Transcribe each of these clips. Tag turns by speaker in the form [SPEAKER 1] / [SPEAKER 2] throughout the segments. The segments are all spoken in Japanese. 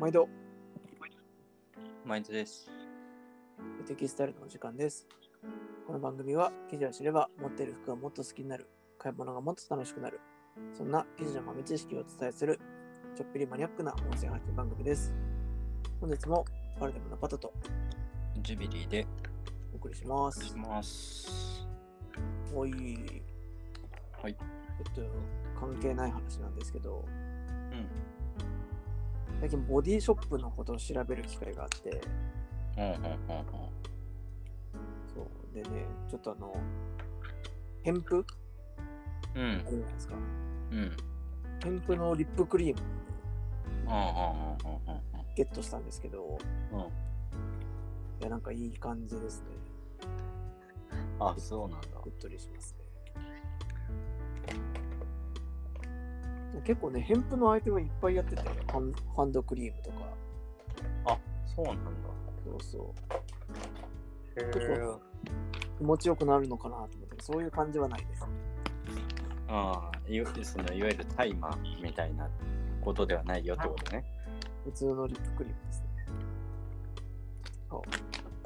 [SPEAKER 1] 毎度、
[SPEAKER 2] マインドです。
[SPEAKER 1] テキスタイルのお時間です。この番組は、記事を知れば、持っている服がもっと好きになる、買い物がもっと楽しくなる、そんな記事の豆知識をお伝えする、ちょっぴりマニアックな音声配信番組です。本日も、パルデムのパタと
[SPEAKER 2] ジュビリーで
[SPEAKER 1] お送りしま
[SPEAKER 2] し
[SPEAKER 1] す。
[SPEAKER 2] ます。
[SPEAKER 1] おい、
[SPEAKER 2] はい。
[SPEAKER 1] ちょっと関係ない話なんですけど、
[SPEAKER 2] うん。
[SPEAKER 1] 最近ボディショップのことを調べる機会があって、
[SPEAKER 2] うんうんうん
[SPEAKER 1] そう、でね、ちょっとあの、添付
[SPEAKER 2] うん。
[SPEAKER 1] あるじ
[SPEAKER 2] うん
[SPEAKER 1] ゃないですか。
[SPEAKER 2] うん。うん
[SPEAKER 1] 添付のリップクリームをね、
[SPEAKER 2] うんうんうん
[SPEAKER 1] ゲットしたんですけど、
[SPEAKER 2] うんうん。
[SPEAKER 1] いや、なんかいい感じですね。
[SPEAKER 2] あ、そうなんだ。
[SPEAKER 1] うっとりしますね。結構ね、ヘンプのアイテムいっぱいやってて、ハンハンドクリームとか、
[SPEAKER 2] あ、そうなんだ。
[SPEAKER 1] そうそ
[SPEAKER 2] へ
[SPEAKER 1] ーう、気持ちよくなるのかなと思って、そういう感じはないです。
[SPEAKER 2] ああ、いわそのいわゆるタイマーみたいなことではないよってことね。
[SPEAKER 1] 普通のリップクリームですね。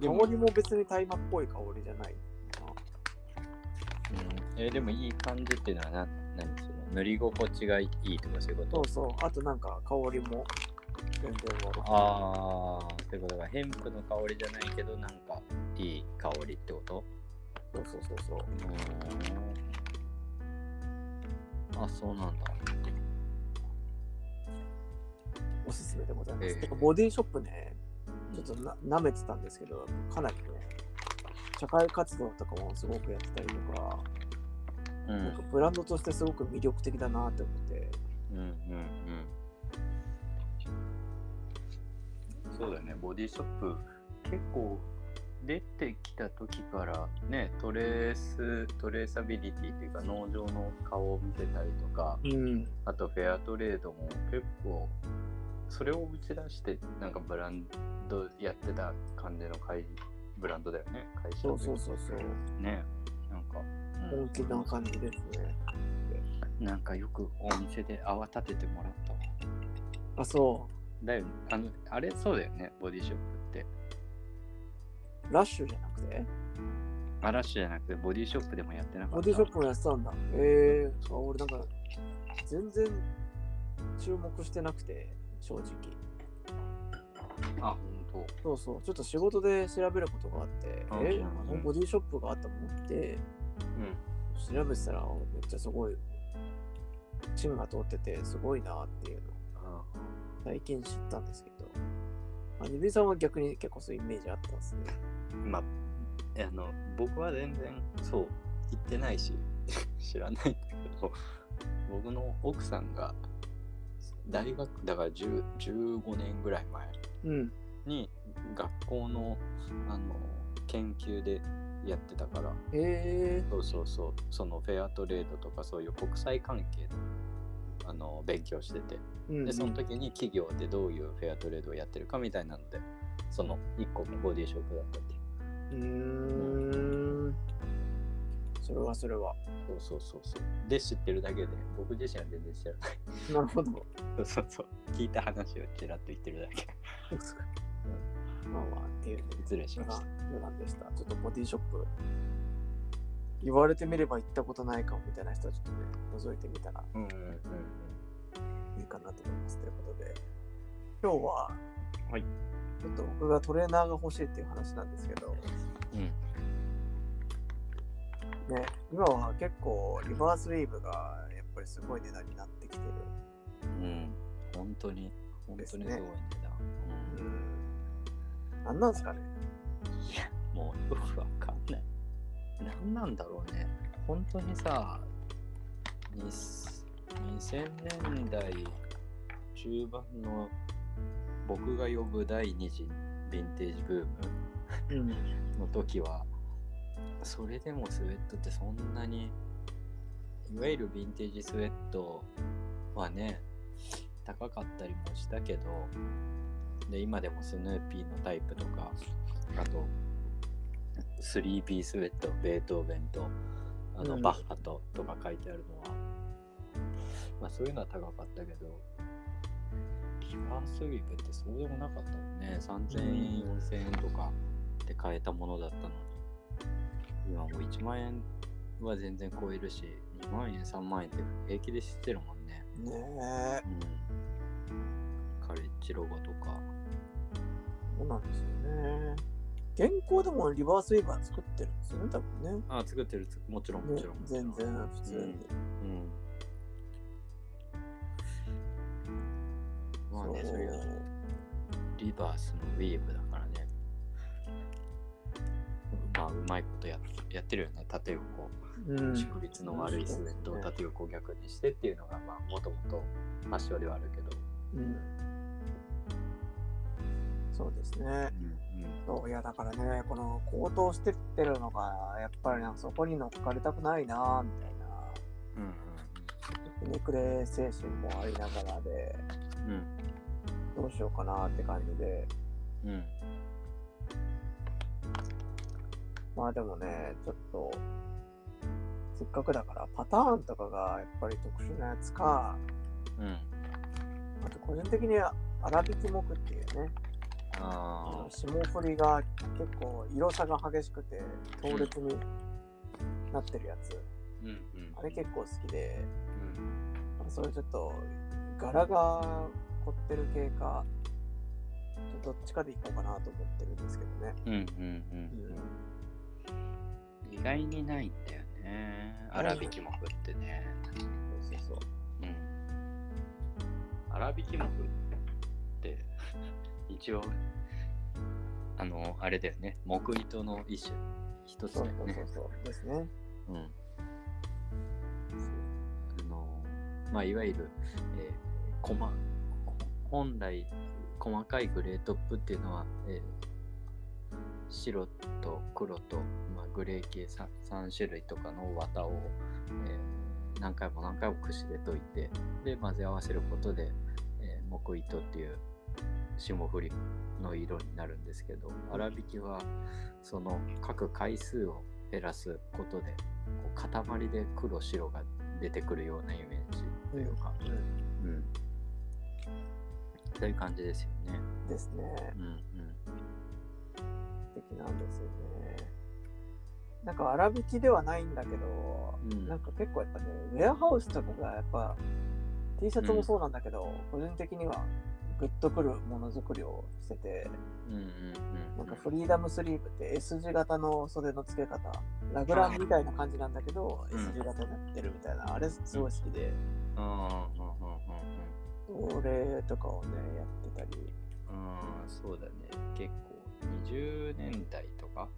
[SPEAKER 2] で
[SPEAKER 1] 香
[SPEAKER 2] も、
[SPEAKER 1] りも別に大麻っぽい香りじゃない。
[SPEAKER 2] うんえでもいい感じっていうのはな、何その塗り心地がいいとかそういう
[SPEAKER 1] そ
[SPEAKER 2] こ
[SPEAKER 1] うそう、あとなんか香りも全然
[SPEAKER 2] とああ、ってことが、ヘンプの香りじゃないけど、なんかいい香りってこと
[SPEAKER 1] そうそうそうそう。
[SPEAKER 2] あ、そうなんだ。
[SPEAKER 1] おすすめでございます。
[SPEAKER 2] ええ
[SPEAKER 1] てかボディショップね、
[SPEAKER 2] ち
[SPEAKER 1] ち
[SPEAKER 2] ょ
[SPEAKER 1] ょ
[SPEAKER 2] っ
[SPEAKER 1] っ
[SPEAKER 2] と
[SPEAKER 1] と、な舐めてたんですけど、かなりね、社会活動とかもすごくやってたりとか、
[SPEAKER 2] うん、うん
[SPEAKER 1] なんかブランドとしてすごく魅力的だなって思って、
[SPEAKER 2] うんうん。そうだよね、ボディショップ、結構出てきた時からね、トレース、トレーサビリティっていうか、農場の顔を見せたりとか、
[SPEAKER 1] うん、
[SPEAKER 2] あとフェアトレードも結構それを打ち出してなんかブランドやってた感じの会ブランドだよね会社
[SPEAKER 1] そうそうそうそう、
[SPEAKER 2] ねなんか、
[SPEAKER 1] 本気な感じですね。
[SPEAKER 2] うんなんかよくお店で泡立ててもらったわ
[SPEAKER 1] あ、そ
[SPEAKER 2] だよねあのあれそうだよねボディショップって
[SPEAKER 1] う、ラッシュじゃなくて、
[SPEAKER 2] 嵐じゃなくてボディショップでもやってなかった
[SPEAKER 1] ボディショップもやってたんだ。えー、あ俺なんか、全然注目してなくて、正直。
[SPEAKER 2] あ本
[SPEAKER 1] そうそう、ちょっと仕事で調べることがあって、
[SPEAKER 2] うん
[SPEAKER 1] え、
[SPEAKER 2] うん
[SPEAKER 1] あのボディショップがあったと思って、
[SPEAKER 2] 当うん
[SPEAKER 1] 調べてたらめっちゃすごい芯が通っててすごいなっていうのを
[SPEAKER 2] あ
[SPEAKER 1] 最近知ったんですけどアニメさんは逆に結構そういうイメージあったんですね
[SPEAKER 2] まああの僕は全然そう行ってないし 知らないんだけど僕の奥さんが大学だから10 15年ぐらい前
[SPEAKER 1] うん
[SPEAKER 2] に学校のあの研究でやってたから
[SPEAKER 1] へえ
[SPEAKER 2] そうそうそうそのフェアトレードとかそういう国際関係のあの勉強してて
[SPEAKER 1] うん
[SPEAKER 2] でその時に企業でどういうフェアトレードをやってるかみたいなのでその1個がボディショップだったっていう
[SPEAKER 1] うーんそれはそれは
[SPEAKER 2] そうそうそうそう。で知ってるだけで、僕自身は全然知らない。
[SPEAKER 1] なるほどま
[SPEAKER 2] そうそうそう。聞いた話をちらっと言ってるだけ。
[SPEAKER 1] あまあっていうね
[SPEAKER 2] 失礼し
[SPEAKER 1] 余
[SPEAKER 2] ました。
[SPEAKER 1] 談余談でしたちょっとボディショップ言われてみれば行ったことないかもみたいな人はちょっとね覗いてみたら
[SPEAKER 2] うんう
[SPEAKER 1] い
[SPEAKER 2] ん
[SPEAKER 1] いかなと思いますということで今日は
[SPEAKER 2] はい
[SPEAKER 1] ちょっと僕がトレーナーが欲しいっていう話なんですけど、
[SPEAKER 2] うん。うん。
[SPEAKER 1] ね、今は結構リバースウェーブがやっぱりすごい値段になってきてる。
[SPEAKER 2] うん。本当に、本当にすごい値段。
[SPEAKER 1] う
[SPEAKER 2] うん
[SPEAKER 1] ん。なんなんですかね
[SPEAKER 2] いや、もうよくわかんない。なんなんだろうね。本当にさ、に2000年代中盤の僕が呼ぶ第二次ヴィンテージブーム。
[SPEAKER 1] うん。
[SPEAKER 2] の時はそれでもスウェットってそんなにいわゆるヴィンテージスウェットはね高かったりもしたけどで今でもスヌーピーのタイプとかあと 3P スウェットベートーベンとあ
[SPEAKER 1] う
[SPEAKER 2] の
[SPEAKER 1] ん
[SPEAKER 2] バッハと,、とか書いてあるのは、まあ、そういうのは高かったけどリバースウィーブってそうでもなかったもんね。3000円、4000円とかで買えたものだったのに。今もう1万円は全然超えるし、2万円、3万円って平気で知ってるもんね。
[SPEAKER 1] ねえ
[SPEAKER 2] うん。カレッジロゴとか。
[SPEAKER 1] そうなんですよね現行でもリバースウェーバー作ってるんですよね多分ね
[SPEAKER 2] あ、作ってる、作もちろん、も
[SPEAKER 1] ね
[SPEAKER 2] ちろん。もちろ
[SPEAKER 1] 全
[SPEAKER 2] ん
[SPEAKER 1] 然普通に、
[SPEAKER 2] うん。まあね、それがリバースのウィーブだからね。まあ、うまいことややってるよね。縦横、
[SPEAKER 1] うん
[SPEAKER 2] 縮率の悪いスウェットを縦横逆にしてっていうのが、まあ、もともと発祥ではあるけど。
[SPEAKER 1] うんそうですね。そういやだからね、この高騰してってるのが、やっぱりなんかそこに乗っかりたくないな、みたいな。
[SPEAKER 2] うん。うん。
[SPEAKER 1] ひねくれ精神もありながらで、
[SPEAKER 2] うん。
[SPEAKER 1] どうしようかなって感じで。
[SPEAKER 2] うん。うん。
[SPEAKER 1] まあでもね、ちょっと、せっかくだから、パターンとかがやっぱり特殊なやつか、
[SPEAKER 2] うん。
[SPEAKER 1] あと個人的には粗挽き木っていうね、
[SPEAKER 2] あ
[SPEAKER 1] 霜降りが結構色差が激しくて強烈になってるやつ、
[SPEAKER 2] あ。うん。うん。
[SPEAKER 1] あれ結構好きで、
[SPEAKER 2] うん。
[SPEAKER 1] それちょっと柄が凝ってる系か、ちょっとどっちかでいこうかなと思ってるんですけどね。
[SPEAKER 2] うん。うん。うん。意外にないんだよね。粗挽きも振ってね。
[SPEAKER 1] そうそう
[SPEAKER 2] うん。粗挽きも振って、一応、あの、あれだよね。木糸の一種、一つ
[SPEAKER 1] そ
[SPEAKER 2] だ
[SPEAKER 1] う
[SPEAKER 2] よ
[SPEAKER 1] そうそ
[SPEAKER 2] ね
[SPEAKER 1] う。そうですね。
[SPEAKER 2] うん。あの、まあ、いわゆる、えー、細本来、細かいグレートップっていうのは、えー白と黒と、まあ、グレー系 3, 3種類とかの綿を、えー何回も何回も串で溶いてで混ぜ合わせることで、えー木糸っていう霜降りの色になるんですけど粗挽きはその各回数を減らすことでこう塊で黒白が出てくるようなイメージというか、うん、そういう感じですよね。
[SPEAKER 1] ですね。
[SPEAKER 2] うんうん
[SPEAKER 1] 素敵なんですよね。なんか粗挽きではないんだけど、
[SPEAKER 2] うん
[SPEAKER 1] なんか結構やっぱね、ウェアハウスとかがやっぱ T シャツもそうなんだけど、個人的にはグッとくるものづくりをしてて、
[SPEAKER 2] うんうん
[SPEAKER 1] な
[SPEAKER 2] うんん
[SPEAKER 1] かフリーダムスリーブって S 字型の袖の付け方、ラグランみたいな感じなんだけど、
[SPEAKER 2] うん
[SPEAKER 1] S 字型になってるみたいな、あれすごい好きで、
[SPEAKER 2] ああ、うんうんうん
[SPEAKER 1] それとかをね、やってたり、
[SPEAKER 2] うん。ああ、そうだね。結構、20年代とか、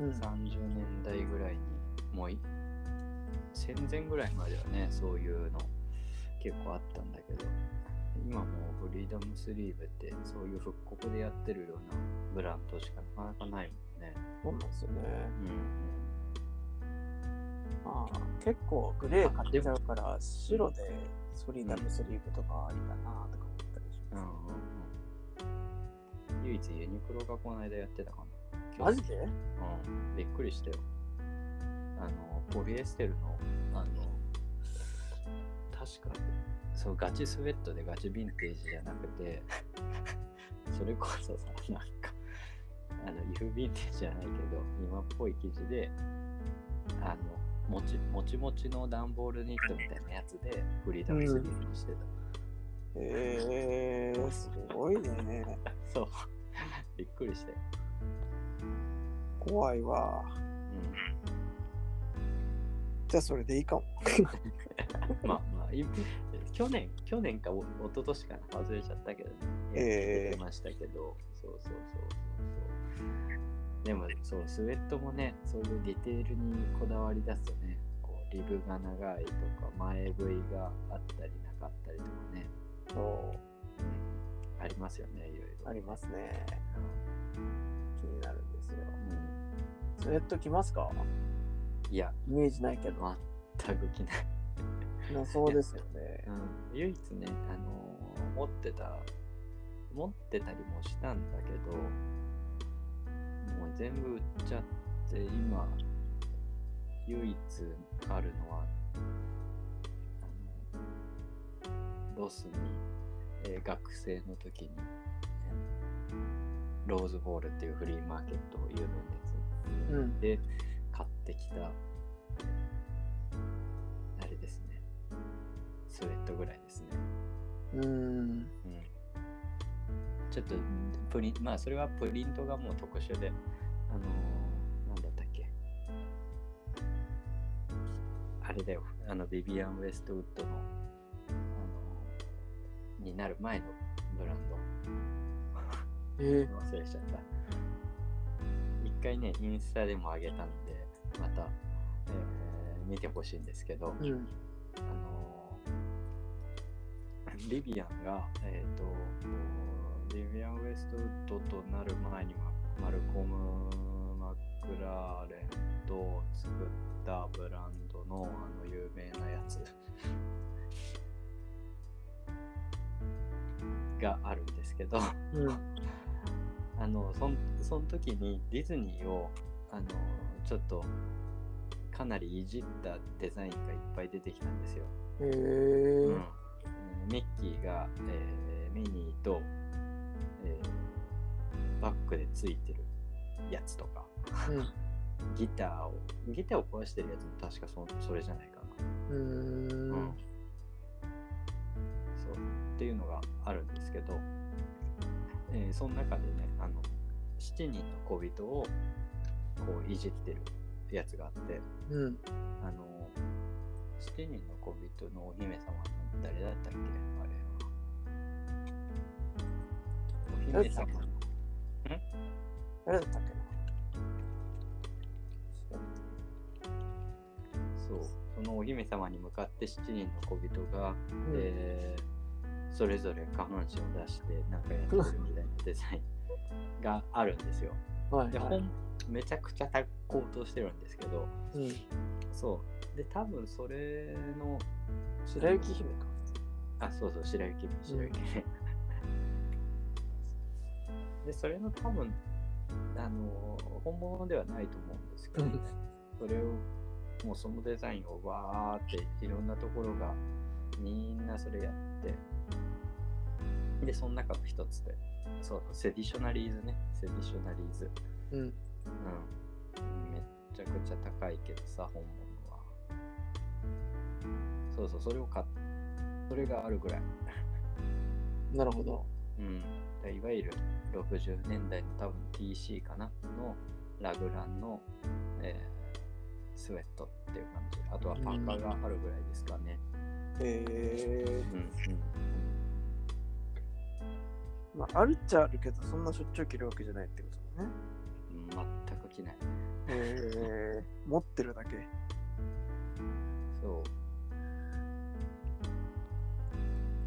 [SPEAKER 1] うん、
[SPEAKER 2] 30年代ぐらいに、もうい、戦前ぐらいまではね、そういうの結構あったんだけど、今もうフリーダムスリーブって、そういう復刻でやってるようなブランドしかなかなかないもんね。
[SPEAKER 1] そうなんですよね。
[SPEAKER 2] うん
[SPEAKER 1] まあ、結構グレー買っちゃうから白でフリーダムスリーブとかありだなとか思ったりし
[SPEAKER 2] うん。うん
[SPEAKER 1] ま
[SPEAKER 2] うんうん。唯一ユニクロがこの間やってたか
[SPEAKER 1] す。
[SPEAKER 2] な。
[SPEAKER 1] マジで
[SPEAKER 2] うん、びっくりしたよ。あの、ポリエステルの、あの、確か、そう、ガチスウェットでガチヴィンテージじゃなく て、それこそさ、なんか、あの、イフヴィンテージじゃないけど、今っぽい生地で、あの、もちもちもちの段ボールニットみたいなやつで、フリーダムスリーブにしてた。
[SPEAKER 1] えー、すごいね。
[SPEAKER 2] そう、 びっくりしたよ。
[SPEAKER 1] 怖いわ。
[SPEAKER 2] うん
[SPEAKER 1] じゃあそれでいいかも。
[SPEAKER 2] まあまあ、い 去年、去年かお一昨年かな、忘れちゃったけどね。
[SPEAKER 1] ええ
[SPEAKER 2] 出てましたけど、そうそうそうそうそう。でも、そう、スウェットもね、そういうディテールにこだわり出すとね、こう、リブが長いとか、前部位があったりなかったりとかね、
[SPEAKER 1] そ、
[SPEAKER 2] ありますよね、いろいうろ。
[SPEAKER 1] ありますね。気になるんですよ。
[SPEAKER 2] うん。
[SPEAKER 1] スウェット着ますか
[SPEAKER 2] いや、
[SPEAKER 1] イメージないけど。
[SPEAKER 2] 全く着ない。
[SPEAKER 1] なそうですよね。
[SPEAKER 2] うん、唯一ね、あのー持ってた持ってたりもしたんだけどもう全部売っちゃって今唯一あるのはあのロスに、えー学生の時に、えーローズボールっていうフリーマーケット有名なやつ、
[SPEAKER 1] うん
[SPEAKER 2] で買ってきた、えーあれですねスウェットぐらいですね、
[SPEAKER 1] うん。
[SPEAKER 2] うん、ちょっとプリンまあそれはプリントがもう特殊であのーなんだったっけあれだよあのビビアン・ウェストウッドの、あのーになる前のブランド
[SPEAKER 1] えー、
[SPEAKER 2] 忘れちゃった一回ねインスタでも上げたんでまた、えー見てほしいんですけど、
[SPEAKER 1] うん。
[SPEAKER 2] あのービビアンが、えー、とビビアン・ウェストウッドとなる前にママルコム・マクラーレンと作ったブランドのあの有名なやつがあるんですけど
[SPEAKER 1] うん。
[SPEAKER 2] あのそんその時にディズニーをあのちょっとかなりいじったデザインがいっぱい出てきたんですよ。
[SPEAKER 1] えー
[SPEAKER 2] うんミッキーが、えーミニーと、えーバックでついてるやつとか ギターをギターを壊してるやつも確かそそれじゃないか
[SPEAKER 1] う
[SPEAKER 2] な、
[SPEAKER 1] ん。うん。
[SPEAKER 2] そうっていうのがあるんですけど、えーその中でねあの7人の小人をこういじってるやつがあって
[SPEAKER 1] うん。
[SPEAKER 2] あの7人の小人のお姫様は誰だったっけあれはお姫様の
[SPEAKER 1] 誰だったっけな
[SPEAKER 2] そうそのお姫様に向かって7人の小人が、
[SPEAKER 1] うん
[SPEAKER 2] えーそれぞれ下半身を出してなんかやってるみたいなデザインがあるんですよ。
[SPEAKER 1] はい
[SPEAKER 2] で
[SPEAKER 1] はい
[SPEAKER 2] 本めちゃくちゃ高騰してるんですけど
[SPEAKER 1] うん。
[SPEAKER 2] そうで多分それの
[SPEAKER 1] 白雪姫か。
[SPEAKER 2] あそうそう白雪姫白雪姫、 でそれの多分あの本物ではないと思うんですけど、ね、それをもうそのデザインをわーっていろんなところがみんなそれやってでその中の一つでそうセディショナリーズねセディショナリーズ
[SPEAKER 1] うん。
[SPEAKER 2] うんめっちゃくちゃ高いけどさ本物はそうそうそれを買っそれがあるぐらい
[SPEAKER 1] なるほど。
[SPEAKER 2] うん、いわゆる60年代の多分 TC かなのラグランの、えースウェットっていう感じあとはパンカーがあるぐらいですかね、
[SPEAKER 1] ええ
[SPEAKER 2] うん
[SPEAKER 1] まあ、あるっちゃあるけど、そんなしょっちゅう着るわけじゃないってことだね。
[SPEAKER 2] うん全く着ない
[SPEAKER 1] ええ持ってるだけ。
[SPEAKER 2] そ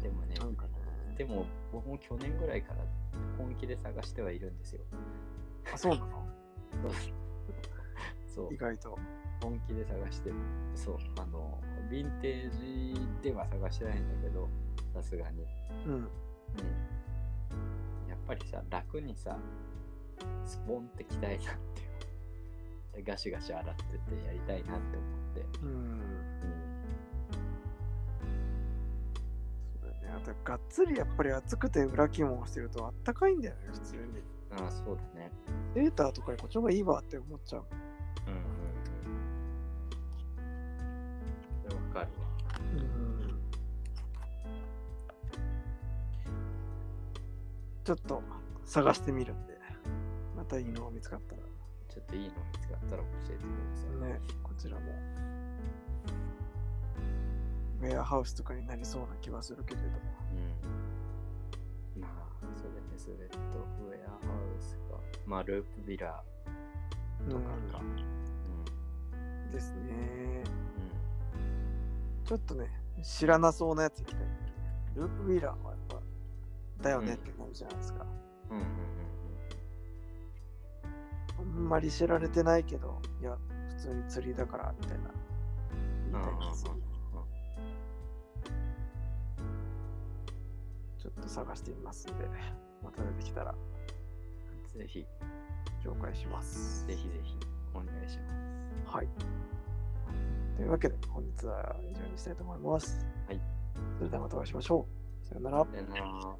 [SPEAKER 2] うでもね
[SPEAKER 1] なんかね。
[SPEAKER 2] でも僕も去年ぐらいから本気で探してはいるんですよ
[SPEAKER 1] あ、そうなの
[SPEAKER 2] そう
[SPEAKER 1] 意外と。
[SPEAKER 2] 本気で探してるそうあのヴィンテージでは探してないんだけどさすがに
[SPEAKER 1] うん。
[SPEAKER 2] うんやっぱりさ楽にさスポンって着たいなっていうでガシガシ洗ってってやりたいなって思って、
[SPEAKER 1] うん。
[SPEAKER 2] うん、
[SPEAKER 1] そうだよね。あと、がっつりやっぱり暑くて裏起毛してるとあったかいんだよね、普通に。
[SPEAKER 2] ああそうだね
[SPEAKER 1] セーターとかにこっちの方がいいわって思っちゃう。
[SPEAKER 2] うんうんうんそれわかるわ
[SPEAKER 1] うん。ちょっと探してみるんで、またいいのが見つかったら。
[SPEAKER 2] ちょっといいの見つかったら教えてください、
[SPEAKER 1] ね、こちらも。ウェアハウスとかになりそうな気はするけれども。
[SPEAKER 2] うんまあそれねスウェットウェアハウスかまあループビラーとかか
[SPEAKER 1] うんですね。
[SPEAKER 2] うん、うん
[SPEAKER 1] ちょっとね、知らなそうなやつ行きたい。ループウィーラーはやっぱ、だよねってなるじゃないですか。
[SPEAKER 2] うんうんうん
[SPEAKER 1] あんまり知られてないけど、いや、普通に釣りだからみたいな。み
[SPEAKER 2] うんうんうん
[SPEAKER 1] たいなやつ
[SPEAKER 2] うん
[SPEAKER 1] ちょっと探してみますんで、また出てきたら
[SPEAKER 2] ぜひ
[SPEAKER 1] 紹介します。
[SPEAKER 2] ぜひぜひお願いします。
[SPEAKER 1] はい。というわけで、本日は以上にしたいと思います。
[SPEAKER 2] はい。
[SPEAKER 1] それではまたお会いしましょう。さよなら。
[SPEAKER 2] さよなら